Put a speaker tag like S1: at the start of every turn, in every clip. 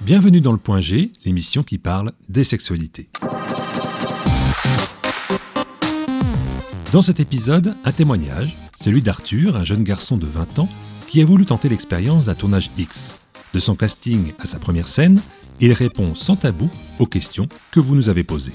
S1: Bienvenue dans le Point G, l'émission qui parle des sexualités. Dans cet épisode, un témoignage, celui d'Arthur, un jeune garçon de 20 ans, qui a voulu tenter l'expérience d'un tournage X. De son casting à sa première scène, il répond sans tabou aux questions que vous nous avez posées.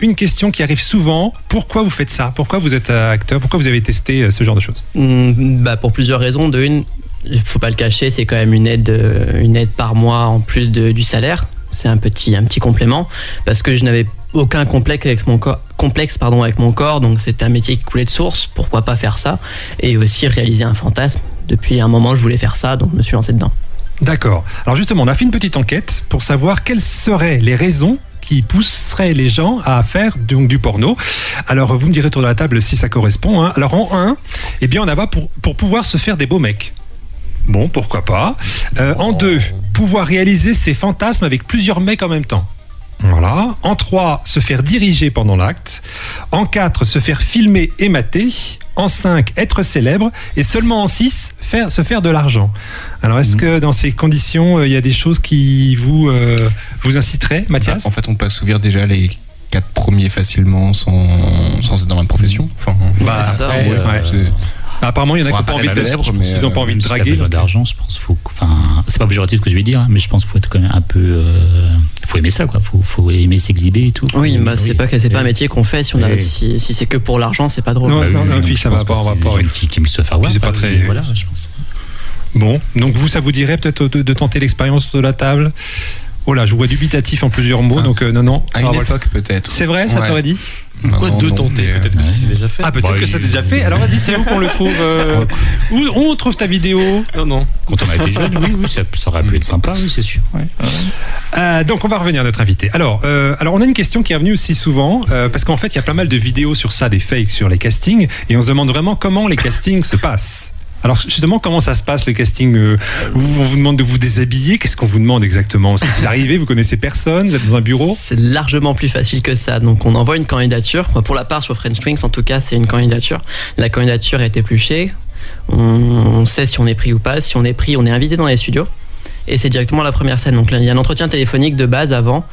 S2: Une question qui arrive souvent, pourquoi vous faites ça Pourquoi vous êtes euh, acteur Pourquoi vous avez testé euh, ce genre de choses
S3: Mm, bah, Pour plusieurs raisons. De une, il faut pas le cacher, c'est quand même une aide, euh, une aide par mois en plus de- du salaire. C'est un petit, un petit complément parce que je n'avais aucun complexe avec mon corps, complexe pardon avec mon corps, donc c'est un métier qui coulait de source. Pourquoi pas faire ça et aussi réaliser un fantasme. Depuis un moment, je voulais faire ça, donc je me suis lancé dedans.
S2: D'accord. Alors justement, on a fait une petite enquête pour savoir quelles seraient les raisons qui pousseraient les gens à faire donc du porno. Alors vous me direz autour de la table si ça correspond. hein. Alors en 1, eh bien on en a pour, pour pouvoir se faire des beaux mecs. Bon, pourquoi pas. Euh, en 2, pouvoir réaliser ses fantasmes avec plusieurs mecs en même temps. Voilà. En 3, se faire diriger pendant l'acte. En 4, se faire filmer et mater. En 5, être célèbre. Et seulement en 6, faire, se faire de l'argent. Alors, est-ce que dans ces conditions, euh, il y a des choses qui vous, euh, vous inciteraient, Mathias
S4: En fait, on peut assouvir déjà les quatre premiers facilement sans, sans être dans la profession. Enfin,
S2: Bah,
S3: c'est ça,
S2: après,
S5: ouais.
S2: ouais.
S4: c'est-
S2: Bah, apparemment, il y en a qui
S4: Bon,
S2: n'ont pas
S4: après,
S2: envie de,
S4: la lèvre, mais,
S2: ils ont pas
S4: euh,
S2: envie de
S5: Si t'as
S2: draguer.
S5: besoin d'argent, je pense faut. que- Enfin, c'est pas péjoratif ce que je vais dire, hein, mais je pense qu'il faut être quand même un peu. euh, faut aimer ça, quoi. Faut, faut aimer s'exhiber et tout. Euh,
S3: Oui, bah c'est pas que c'est pas un métier qu'on fait si on a-
S5: Oui.
S3: si, si c'est que pour l'argent, c'est pas drôle.
S2: Non, non, non,
S5: donc,
S2: puis
S5: Bah je
S2: ça
S5: pense
S2: va
S5: que
S2: pas en
S5: c'est
S2: rapport
S5: des
S2: avec-
S5: gens Qui, qui me se faire voir.
S2: c'est pas
S5: quoi,
S2: très-
S5: mais Voilà, je pense.
S2: Bon, donc vous, ça vous dirait peut-être de, de tenter l'expérience de la table Oh là, je vois dubitatif en plusieurs mots,
S4: Ah.
S2: donc euh, non, non.
S4: À
S2: ça va
S4: une
S2: pas le faire.
S4: époque, peut-être.
S2: C'est vrai, ça
S4: Ouais.
S2: t'aurait dit
S4: Pourquoi de tenter
S6: Peut-être que ça s'est déjà fait.
S2: Ah, peut-être
S5: Bah,
S2: que ça a
S5: il-
S2: déjà fait. Alors vas-y, c'est où qu'on le trouve euh, Où on trouve ta vidéo
S6: Non, non.
S5: Quand on a été jeune, oui, oui, ça, ça aurait pu être sympa, oui, c'est sûr. ouais.
S2: Euh, donc on va revenir à notre invité. Alors, euh, alors on a une question qui est venue aussi souvent euh, parce qu'en fait il y a pas mal de vidéos sur ça, des fakes sur les castings, et on se demande vraiment comment les castings se passent. Alors justement, comment ça se passe le casting euh, vous- On vous demande de vous déshabiller. Qu'est-ce qu'on vous demande exactement Est-ce que Vous arrivez, vous connaissez personne, vous êtes dans un bureau.
S3: C'est largement plus facile que ça. Donc on envoie une candidature. Enfin, Pour la part sur French Twinks, en tout cas, c'est une candidature. La candidature est épluchée. On, on sait si on est pris ou pas. Si on est pris, on est invité dans les studios. Et c'est directement la première scène. Donc là, il y a un entretien téléphonique de base avant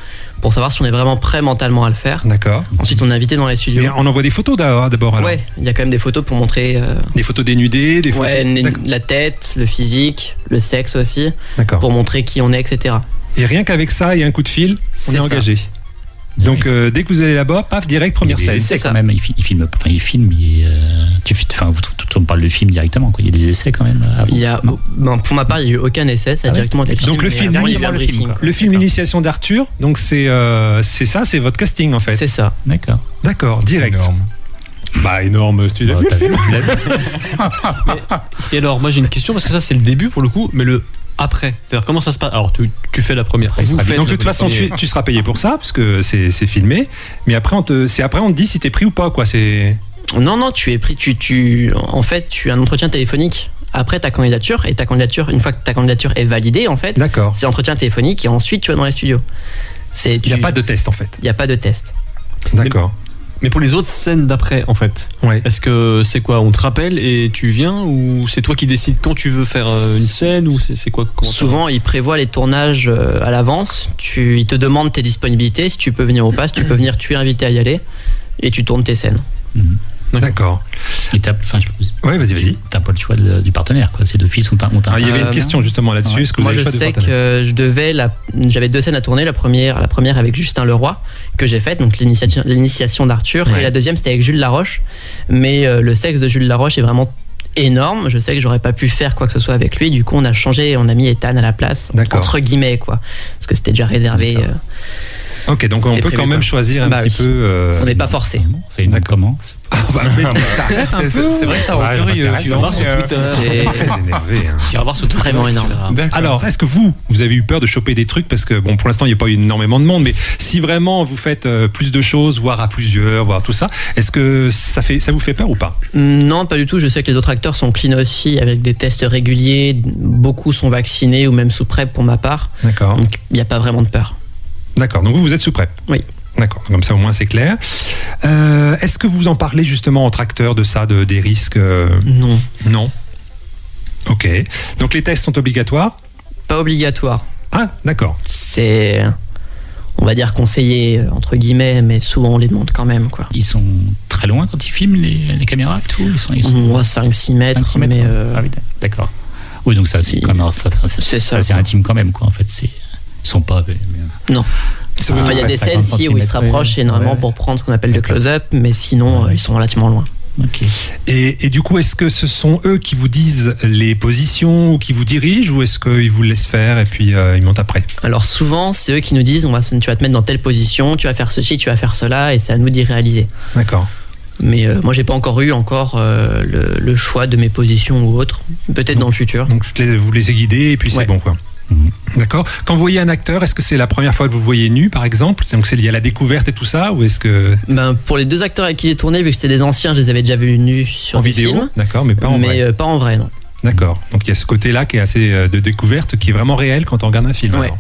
S3: pour savoir si on est vraiment prêt mentalement à le faire.
S2: D'accord.
S3: Ensuite, on est invité dans les studios.
S2: Mais on envoie des photos d'abord. d'abord, alors.
S3: Ouais, il y a quand même des photos pour montrer euh,
S2: Des photos dénudées, des photos.
S3: ouais,
S2: D'accord,
S3: la tête, le physique, le sexe aussi,
S2: D'accord.
S3: pour montrer qui on est, etc.
S2: Et rien qu'avec ça et un coup de fil, on
S3: C'est
S2: est,
S3: ça.
S2: engagé. Donc euh, dès que vous allez là-bas, paf, direct première
S5: Il y a
S2: scène.
S5: des essais
S3: C'est ça.
S5: quand même. Il, fi- il filme, enfin, il filme. il, euh, tu, fi- enfin, vous, tout, tout- on parle de film directement. Quoi. Il y a des essais quand même. avant.
S3: Il y a,
S5: Non.
S3: ben, pour ma part, il n'y a eu aucun essai, ça a
S5: Ah ouais
S3: directement été
S2: Donc le
S3: mais
S2: film,
S3: avant, il y a
S5: directement
S3: un
S5: le
S3: briefing,
S5: film, quoi.
S3: quoi.
S2: Le film
S5: D'accord.
S2: L'initiation d'Arthur, donc c'est euh, c'est ça, c'est votre casting en fait.
S3: C'est ça.
S5: D'accord.
S2: D'accord, direct.
S4: Énorme.
S2: Bah énorme, tu l'as
S5: Bah,
S2: vu le
S5: t'as-
S2: film
S5: tu l'as vu
S6: Et alors, moi j'ai une question parce que ça c'est le début pour le coup, mais le après. C'est-à-dire comment ça se passe Alors tu, tu fais la première.
S2: Vous
S6: Vous
S2: faites-
S6: faites
S2: Donc de
S6: le
S2: toute façon, tu,
S6: premier.
S2: tu seras payé pour ça parce que c'est c'est filmé. Mais après, on te, c'est après on te dit si t'es pris ou pas quoi. C'est
S3: Non, non, tu es pris. Tu, tu, en fait, tu as un entretien téléphonique après ta candidature. Et ta candidature, une fois que ta candidature est validée, en fait,
S2: d'accord.
S3: c'est l'entretien téléphonique et ensuite tu vas dans les studios. C'est,
S2: Il n'y a
S3: tu-
S2: pas de test en fait.
S3: il y a pas de test.
S2: D'accord.
S6: Mais pour les autres scènes d'après, en fait,
S2: Ouais.
S6: est-ce que c'est quoi On te rappelle et tu viens ou c'est toi qui décides quand tu veux faire euh, une scène ou c'est c'est quoi comment ça-
S3: Souvent, ils prévoient les tournages euh, à l'avance. Tu, ils te demandent tes disponibilités, si tu peux venir ou pas. Si tu peux venir, tu es invité à y aller. Et tu tournes tes scènes.
S2: D'accord.
S5: Et t'as- enfin, je-
S2: Ouais, vas-y, vas-y.
S5: T'as pas le choix de- du partenaire, quoi. Ces deux filles sont un. ont un-
S2: Ah, il y avait
S3: Euh,
S2: une question justement là-dessus.
S5: ouais.
S2: Est-ce que vous
S3: Moi,
S2: avez
S3: je
S2: le choix de
S3: sais que
S2: partenaire
S3: euh, je devais. la- J'avais deux scènes à tourner. La première, la première avec Justin Leroy, que j'ai faite, donc l'initiation l'initiation d'Arthur.
S2: Ouais.
S3: Et la deuxième, c'était avec Jules Laroche. Mais euh, le sexe de Jules Laroche est vraiment énorme. Je sais que j'aurais pas pu faire quoi que ce soit avec lui. Du coup, on a changé, on a mis Ethan à la place.
S2: D'accord.
S3: Entre guillemets, quoi. Parce que c'était déjà réservé. euh,
S2: Ok, donc on
S3: C'était
S2: peut quand
S3: prévu,
S2: même
S3: quoi.
S2: choisir un
S3: Bah
S2: petit
S3: oui.
S2: peu. euh,
S3: on n'est pas forcé.
S5: hein. C'est une
S2: D'accord.
S5: commence.
S2: bah, mais t'arrêtes un
S4: C'est-
S2: peu.
S4: C'est c'est vrai, que ça rend
S5: Ouais,
S4: curieux. Tu
S5: j'intéresse,
S6: Tu vas voir
S4: lances
S6: sur Twitter. Ah
S3: C'est
S2: Très énervé. hein.
S6: Tu vas voir sur Twitter.
S3: Vraiment
S6: tu
S3: énorme.
S6: verras.
S2: Alors, est-ce que vous, vous avez eu peur de choper des trucs Parce que, bon, pour l'instant, il n'y a pas eu énormément de monde, mais si vraiment vous faites euh, plus de choses, voire à plusieurs, voire tout ça, est-ce que ça, fait, ça vous fait peur ou pas
S3: Mm, Non, pas du tout. Je sais que les autres acteurs sont clean aussi, avec des tests réguliers. Beaucoup sont vaccinés ou même sous PrEP pour ma part.
S2: D'accord.
S3: Donc, il n'y a pas vraiment de peur.
S2: D'accord, donc vous, vous êtes sous PrEP
S3: Oui.
S2: D'accord, comme ça au moins c'est clair. Euh, est-ce que vous en parlez justement entre acteurs de ça, de, des risques euh,
S3: Non.
S2: Non Ok. Donc les tests sont obligatoires
S3: pas obligatoire.
S2: Ah, d'accord.
S3: C'est, on va dire, conseillé, euh, entre guillemets, mais souvent on les demande quand même. Quoi.
S5: Ils sont très loin quand ils filment les, les caméras et tout. Ils sont, ils sont
S2: Mmh.
S3: Moi, 5-6 mètres,
S5: 500
S3: mais
S5: ouais.
S3: euh,
S5: Ah oui, d'accord. Oui, donc ça, c'est
S3: il-
S5: quand même- ça- ça-
S3: c'est ça,
S5: ça, c'est
S3: quoi.
S5: intime quand même, quoi. En fait, c'est. Ils sont pas. euh, mais- mais-
S2: Ils sont
S3: enfin, Ah, il y a
S5: ouais,
S3: des
S5: 50
S3: scènes si, où ils se
S5: centimètres,
S3: rapprochent
S5: ouais.
S3: énormément
S5: Ouais.
S3: pour prendre ce qu'on appelle le close-up, mais sinon, euh, ils sont relativement loin.
S5: Ok.
S2: Et, et du coup, est-ce que ce sont eux qui vous disent les positions ou qui vous dirigent ou est-ce qu'ils vous laissent faire et puis euh, ils montent après
S3: Alors souvent, c'est eux qui nous disent, on va, se- tu vas te mettre dans telle position, tu vas faire ceci, tu vas faire cela, et c'est à nous d'y réaliser.
S2: D'accord.
S3: Mais euh, moi, j'ai pas encore eu encore euh, le, le choix de mes positions ou autre. Peut-être dans le futur.
S2: Donc je te laisse- vous laissez guider et puis c'est
S3: Ouais.
S2: bon quoi.
S5: Mhm.
S2: D'accord. Quand vous voyez un acteur, est-ce que c'est la première fois que vous le voyez nu par exemple Donc c'est lié à la découverte et tout ça ou est-ce que
S3: Ben, pour les deux acteurs avec qui j'ai tourné, vu que c'était des anciens, je les avais déjà vus nus sur
S2: en
S3: des
S2: vidéo
S3: films.
S2: D'accord, mais pas en
S3: mais
S2: vrai.
S3: euh, pas en vrai, non.
S2: D'accord. Donc il y a ce côté-là qui est assez euh, de découverte qui est vraiment réel quand on regarde un film.
S3: Ouais.
S2: alors.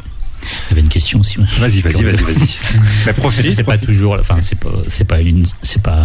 S5: J'avais une question aussi. moi.
S2: Vas-y, vas-y, vas-y, vas-y. bah,
S5: C'est-
S2: profite,
S5: C'est pas toujours, enfin c'est pas c'est pas une c'est pas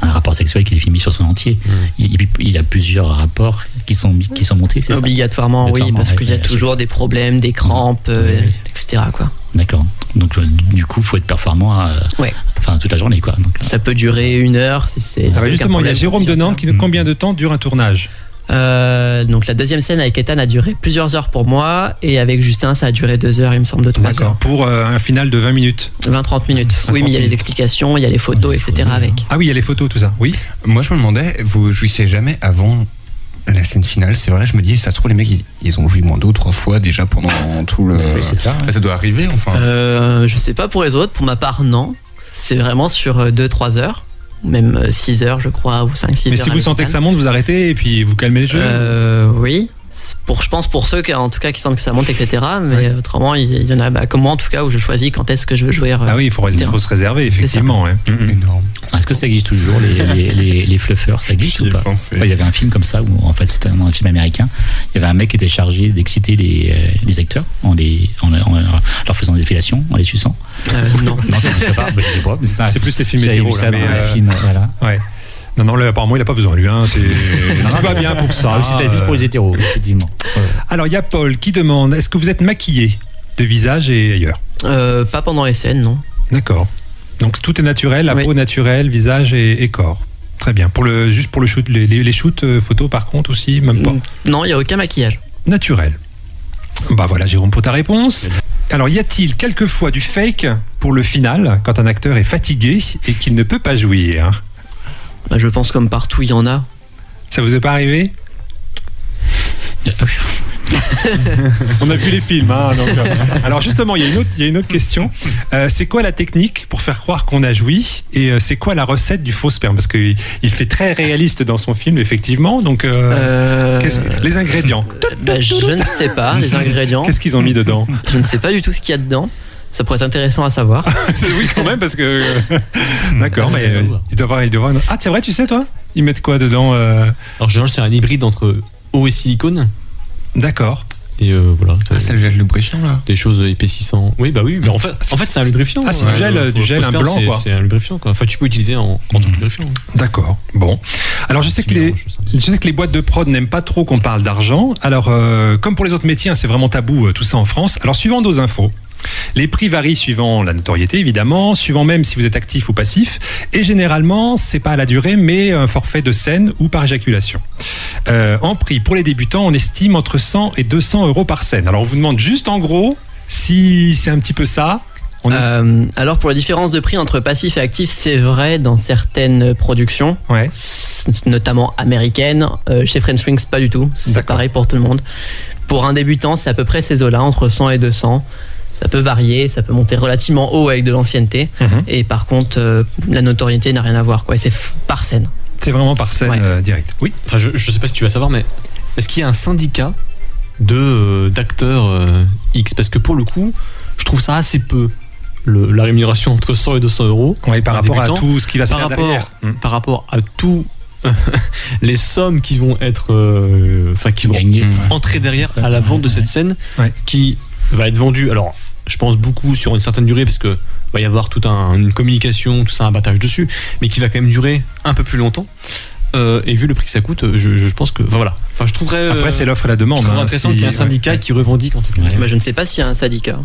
S5: un rapport sexuel qui est filmé sur son entier.
S2: Mmh.
S5: Il, il- il a plusieurs rapports qui sont mis- qui sont montés. c'est ça
S3: Obligatoirement, oui,
S5: Obligatoirement,
S3: parce
S5: ouais,
S3: qu'il y a
S5: ouais,
S3: toujours des problèmes, des crampes, euh,
S5: Ouais.
S3: etc. Quoi.
S5: D'accord. Donc euh, du coup, faut être performant. euh,
S3: Ouais.
S5: Enfin toute la journée quoi. Donc, euh,
S3: Ça peut durer une heure. c'est- c'est-
S2: Ah
S3: c'est
S2: bah,
S3: aucun
S2: justement, il y a
S3: problème.
S2: Jérôme de Nantes qui nous-
S5: Mhm.
S2: combien de temps dure un tournage
S3: Euh, donc la deuxième scène avec Ethan a duré plusieurs heures pour moi, et avec Justin, ça a duré deux heures, il me semble, de trois heures.
S2: Pour euh, un final de 20 minutes.
S3: 20-30 minutes. oui,
S2: 20-30
S3: mais il y a les
S2: minutes.
S3: explications, il y a les photos,
S5: Ouais, les
S3: etc.
S5: photos,
S3: avec.
S2: Ah oui, il y a les photos, tout ça. Oui.
S4: Moi, je me demandais, vous jouissez jamais avant la scène finale C'est vrai, je me dis, ça se trouve, les mecs, ils, ils ont joué moins deux ou trois fois déjà pendant tout le.
S5: euh, oui, c'est ça. ouais.
S4: Ah, ça doit arriver, enfin.
S3: Euh, je sais pas pour les autres, pour ma part, non. C'est vraiment sur 2-3 heures, même 6 heures, je crois, ou 5-6 heures.
S2: Mais si vous
S3: avec
S2: sentez
S3: Ethan.
S2: que ça monte, vous arrêtez et puis vous calmez les jeux.
S3: Euh, oui. C'est Pour, je pense pour ceux qui, en tout cas, qui sentent que ça monte, etc. Mais autrement, il il y en a, bah, comme moi en tout cas, où je choisis quand est-ce que je veux jouer. euh,
S2: ah oui, il faut, il faut se réserver,
S3: ça.
S2: effectivement. hein. ouais.
S4: Énorme.
S5: Est-ce que ça existe toujours les, les, les, les fluffers Ça existe
S4: J'y
S5: ou
S4: ai
S5: pas
S4: pensé.
S5: Enfin, Il y avait un film comme ça où en fait c'était un, un film américain. Il y avait un mec qui était chargé d'exciter les, euh, les acteurs en les en, en- en leur faisant des fellations, en les suçant.
S3: euh, non.
S5: Non, je sais pas. mais Je sais pas. mais c'est un-
S2: C'est plus les films
S5: J'avais vu
S2: hétéros,
S5: ça
S2: là,
S5: dans
S2: mais,
S5: un
S2: euh,
S5: film. Voilà.
S2: ouais. Non, non, là, apparemment, il n'a pas besoin, lui. Hein, c'est- Tout va bien pour ça.
S5: Ah, si t'as vu
S2: euh.
S5: pour les hétéros, effectivement.
S2: Alors, il y a Paul qui demande est-ce que vous êtes maquillé de visage et ailleurs
S3: Euh, pas pendant les scènes, non.
S2: D'accord. Donc, tout est naturel, la
S3: Oui.
S2: peau naturelle, visage et, et corps. Très bien. Pour le, juste pour le shoot, les, les- les shoots euh, photos, par contre, aussi, même pas.
S3: Mm, Non, il n'y a aucun maquillage.
S2: Naturel. Bah voilà, Jérôme, pour ta réponse. Alors, y a-t-il quelquefois du fake pour le final quand un acteur est fatigué et qu'il ne peut pas jouir
S3: Bah, je pense comme partout, il y en a.
S2: Ça vous est pas arrivé euh, On a vu les films. hein, donc, euh. Alors justement, il y, a une autre- il y a une autre question. Euh, c'est quoi la technique pour faire croire qu'on a joui Et euh, c'est quoi la recette du faux sperme Parce qu'il il fait très réaliste dans son film, effectivement. Donc, euh,
S3: Euh,
S2: qu'est-ce- les ingrédients.
S3: bah, je ne sais pas les ingrédients.
S2: Qu'est-ce qu'ils ont mis dedans
S3: Je ne sais pas du tout ce qu'il y a dedans. Ça pourrait être intéressant à savoir.
S2: C'est oui quand même parce que. D'accord,
S5: Ah, je
S2: mais
S5: vais
S2: euh,
S5: savoir.
S2: il doit avoir, il doit avoir. Ah, c'est vrai, tu sais toi Ils mettent quoi dedans euh,
S6: Alors, généralement, c'est un hybride entre eau et silicone.
S2: D'accord.
S6: Et euh, voilà, t'as
S4: Ah, c'est le gel lubrifiant, là
S6: des choses épaississantes. Oui, bah oui, mais en fait, en fait c'est euh, un lubrifiant.
S2: Ah, c'est du gel, du
S6: faut
S2: gel,
S6: se
S2: un
S6: faire,
S2: blanc,
S6: c'est-
S2: quoi.
S6: C'est un lubrifiant, quoi. Mm. Enfin, tu peux utiliser en, en tant que lubrifiant. hein,
S2: D'accord. Bon. Alors je sais que les. Je sais que les boîtes de prod n'aiment pas trop qu'on parle d'argent. Alors, euh, comme pour les autres métiers, hein, c'est vraiment tabou euh, tout ça en France. Alors, suivant nos infos, les prix varient suivant la notoriété, évidemment, suivant même si vous êtes actif ou passif. Et généralement, c'est pas à la durée, mais un forfait de scène ou par éjaculation. Euh, en prix, pour les débutants, on estime entre 100 et 200 euros par scène. Alors, on vous demande juste en gros si c'est un petit peu ça. On est-
S3: Euh, alors pour la différence de prix entre passif et actif, c'est vrai dans certaines productions,
S2: Ouais.
S3: s- notamment américaines. Euh, chez French Wings, pas du tout. C'est
S2: D'accord.
S3: pareil pour tout le monde. Pour un débutant, c'est à peu près ces eaux-là, entre 100 et 200. Ça peut varier, ça peut monter relativement haut avec de l'ancienneté.
S2: Mhm.
S3: Et par contre, euh, la notoriété n'a rien à voir. quoi. Et C'est f- par scène.
S2: C'est vraiment par scène
S3: Ouais.
S2: euh, direct. Oui.
S6: Enfin, je, je sais pas si tu vas savoir, mais est-ce qu'il y a un syndicat de euh, d'acteurs euh, X Parce que pour le coup, je trouve ça assez peu. le- la rémunération entre 100 et 200 euros
S2: Ouais, par
S6: Un
S2: rapport à
S6: débutant,
S2: tout ce qui va se
S6: par
S2: faire
S6: rapport,
S2: derrière. Mm.
S6: par rapport à tout les sommes qui vont être euh, enfin qui vont
S5: Gagner.
S6: entrer derrière à la vente de cette scène
S2: Hmm. Ouais.
S6: qui va être vendue. Alors, je pense beaucoup sur une certaine durée parce que va y avoir toute un- une communication, tout ça, un battage dessus, mais qui va quand même durer un peu plus longtemps. euh, et vu le prix que ça coûte, je, je pense que. Enfin voilà. Enfin, je trouverais. euh,
S2: Après, c'est l'offre et la
S6: je
S2: demande.
S6: trouverais
S2: hein,
S6: intéressant
S2: si-
S6: qu'il y ait un
S2: ouais.
S6: syndicat qui revendique en tout cas
S5: Ouais.
S3: Bah, je ne sais pas s'il y a un syndicat.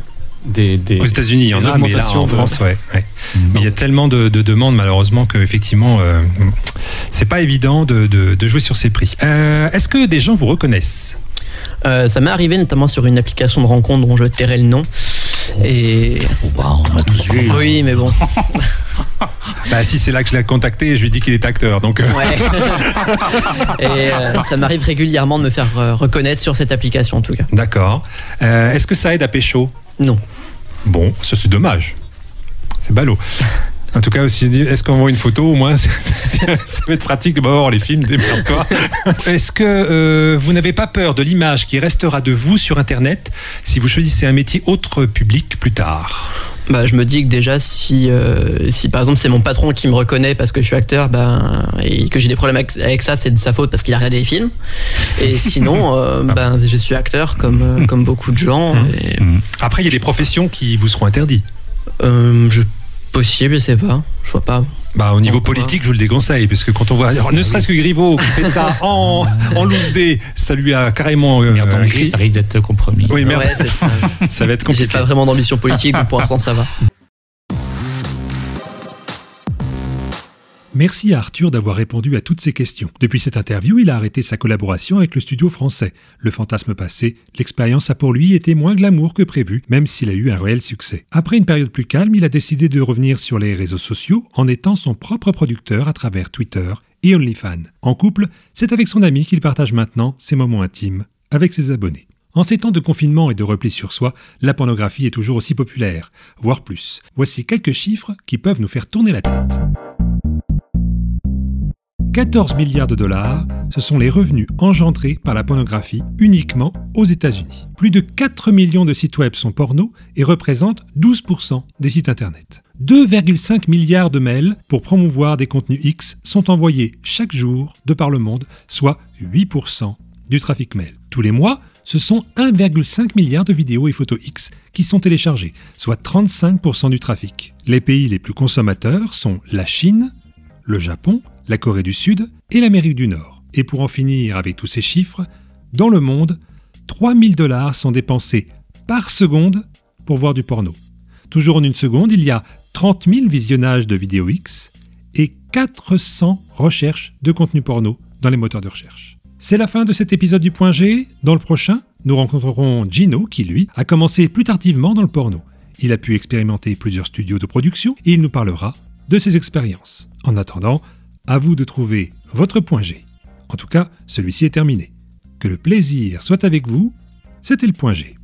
S6: des. des-
S2: Aux États-Unis, il y en
S6: Des
S2: a, mais là,
S6: augmentations
S2: en
S6: de-
S2: France, ouais. ouais. Mais il y a tellement de, de demandes, malheureusement, qu'effectivement, euh, c'est pas évident de, de- de jouer sur ces prix. Euh, Est-ce que des gens vous reconnaissent
S3: Euh, ça m'est arrivé notamment sur une application de rencontre dont je tairai le nom. Et
S5: Oh, bah, on a tous vu.
S3: oui, mais bon.
S2: Bah, si c'est là que je l'ai contacté, je lui dis qu'il est acteur. Donc, euh,
S3: Ouais. Et euh, ça m'arrive régulièrement de me faire euh, reconnaître sur cette application en tout cas.
S2: d'accord. Euh, Est-ce que ça aide à pécho
S3: Non.
S2: Bon, ça c'est dommage. C'est ballot. En tout cas, aussi, est-ce qu'on voit une photo au moins c'est- c'est- Ça va être pratique. Bon, alors, les films, démerde-toi. Est-ce que euh, vous n'avez pas peur de l'image qui restera de vous sur Internet si vous choisissez un métier autre public plus tard
S3: Bah, je me dis que déjà, si, euh, si par exemple c'est mon patron qui me reconnaît parce que je suis acteur ben, et que j'ai des problèmes avec, avec ça, c'est de sa faute parce qu'il a regardé les films. Et sinon, euh,
S2: Ah.
S3: ben, je suis acteur comme, euh, comme beaucoup de gens.
S2: Hum.
S3: Et,
S2: Après, il y a des professions qui vous seront interdites.
S3: euh, je, possible, je sais pas. Je vois pas.
S2: Bah, au niveau
S3: Pourquoi
S2: politique, je vous le déconseille, parce que quand on voit, alors, ne serait-ce que Griveaux qui fait ça en, en loose day, ça lui a carrément euh,
S5: Merde, en
S2: gris.
S5: gris, ça risque d'être compromis.
S2: Oui, merde,
S3: Ouais, c'est ça.
S2: ça va être
S3: J'ai
S2: compliqué.
S3: pas vraiment d'ambition politique, donc pour l'instant ça va.
S1: Merci à Arthur d'avoir répondu à toutes ces questions. Depuis cette interview, il a arrêté sa collaboration avec le studio français. Le fantasme passé, l'expérience a pour lui été moins glamour que prévu, même s'il a eu un réel succès. Après une période plus calme, il a décidé de revenir sur les réseaux sociaux en étant son propre producteur à travers Twitter et OnlyFans. En couple, c'est avec son ami qu'il partage maintenant ses moments intimes avec ses abonnés. En ces temps de confinement et de repli sur soi, la pornographie est toujours aussi populaire, voire plus. Voici quelques chiffres qui peuvent nous faire tourner la tête. 14 milliards de dollars, ce sont les revenus engendrés par la pornographie uniquement aux États-Unis. Plus de 4 millions de sites web sont porno et représentent 12% des sites internet. 2,5 milliards de mails pour promouvoir des contenus X sont envoyés chaque jour de par le monde, soit 8% du trafic mail. Tous les mois, ce sont 1,5 milliard de vidéos et photos X qui sont téléchargées, soit 35% du trafic. Les pays les plus consommateurs sont la Chine, le Japon, la Corée du Sud et l'Amérique du Nord. Et pour en finir avec tous ces chiffres, dans le monde, 3000 dollars sont dépensés par seconde pour voir du porno. Toujours en une seconde, il y a 30 000 visionnages de vidéos X et 400 recherches de contenu porno dans les moteurs de recherche. C'est la fin de cet épisode du Point G. Dans le prochain, nous rencontrerons Gino qui, lui, a commencé plus tardivement dans le porno. Il a pu expérimenter plusieurs studios de production et il nous parlera de ses expériences. En attendant, à vous de trouver votre point G. En tout cas, celui-ci est terminé. Que le plaisir soit avec vous, c'était le point G.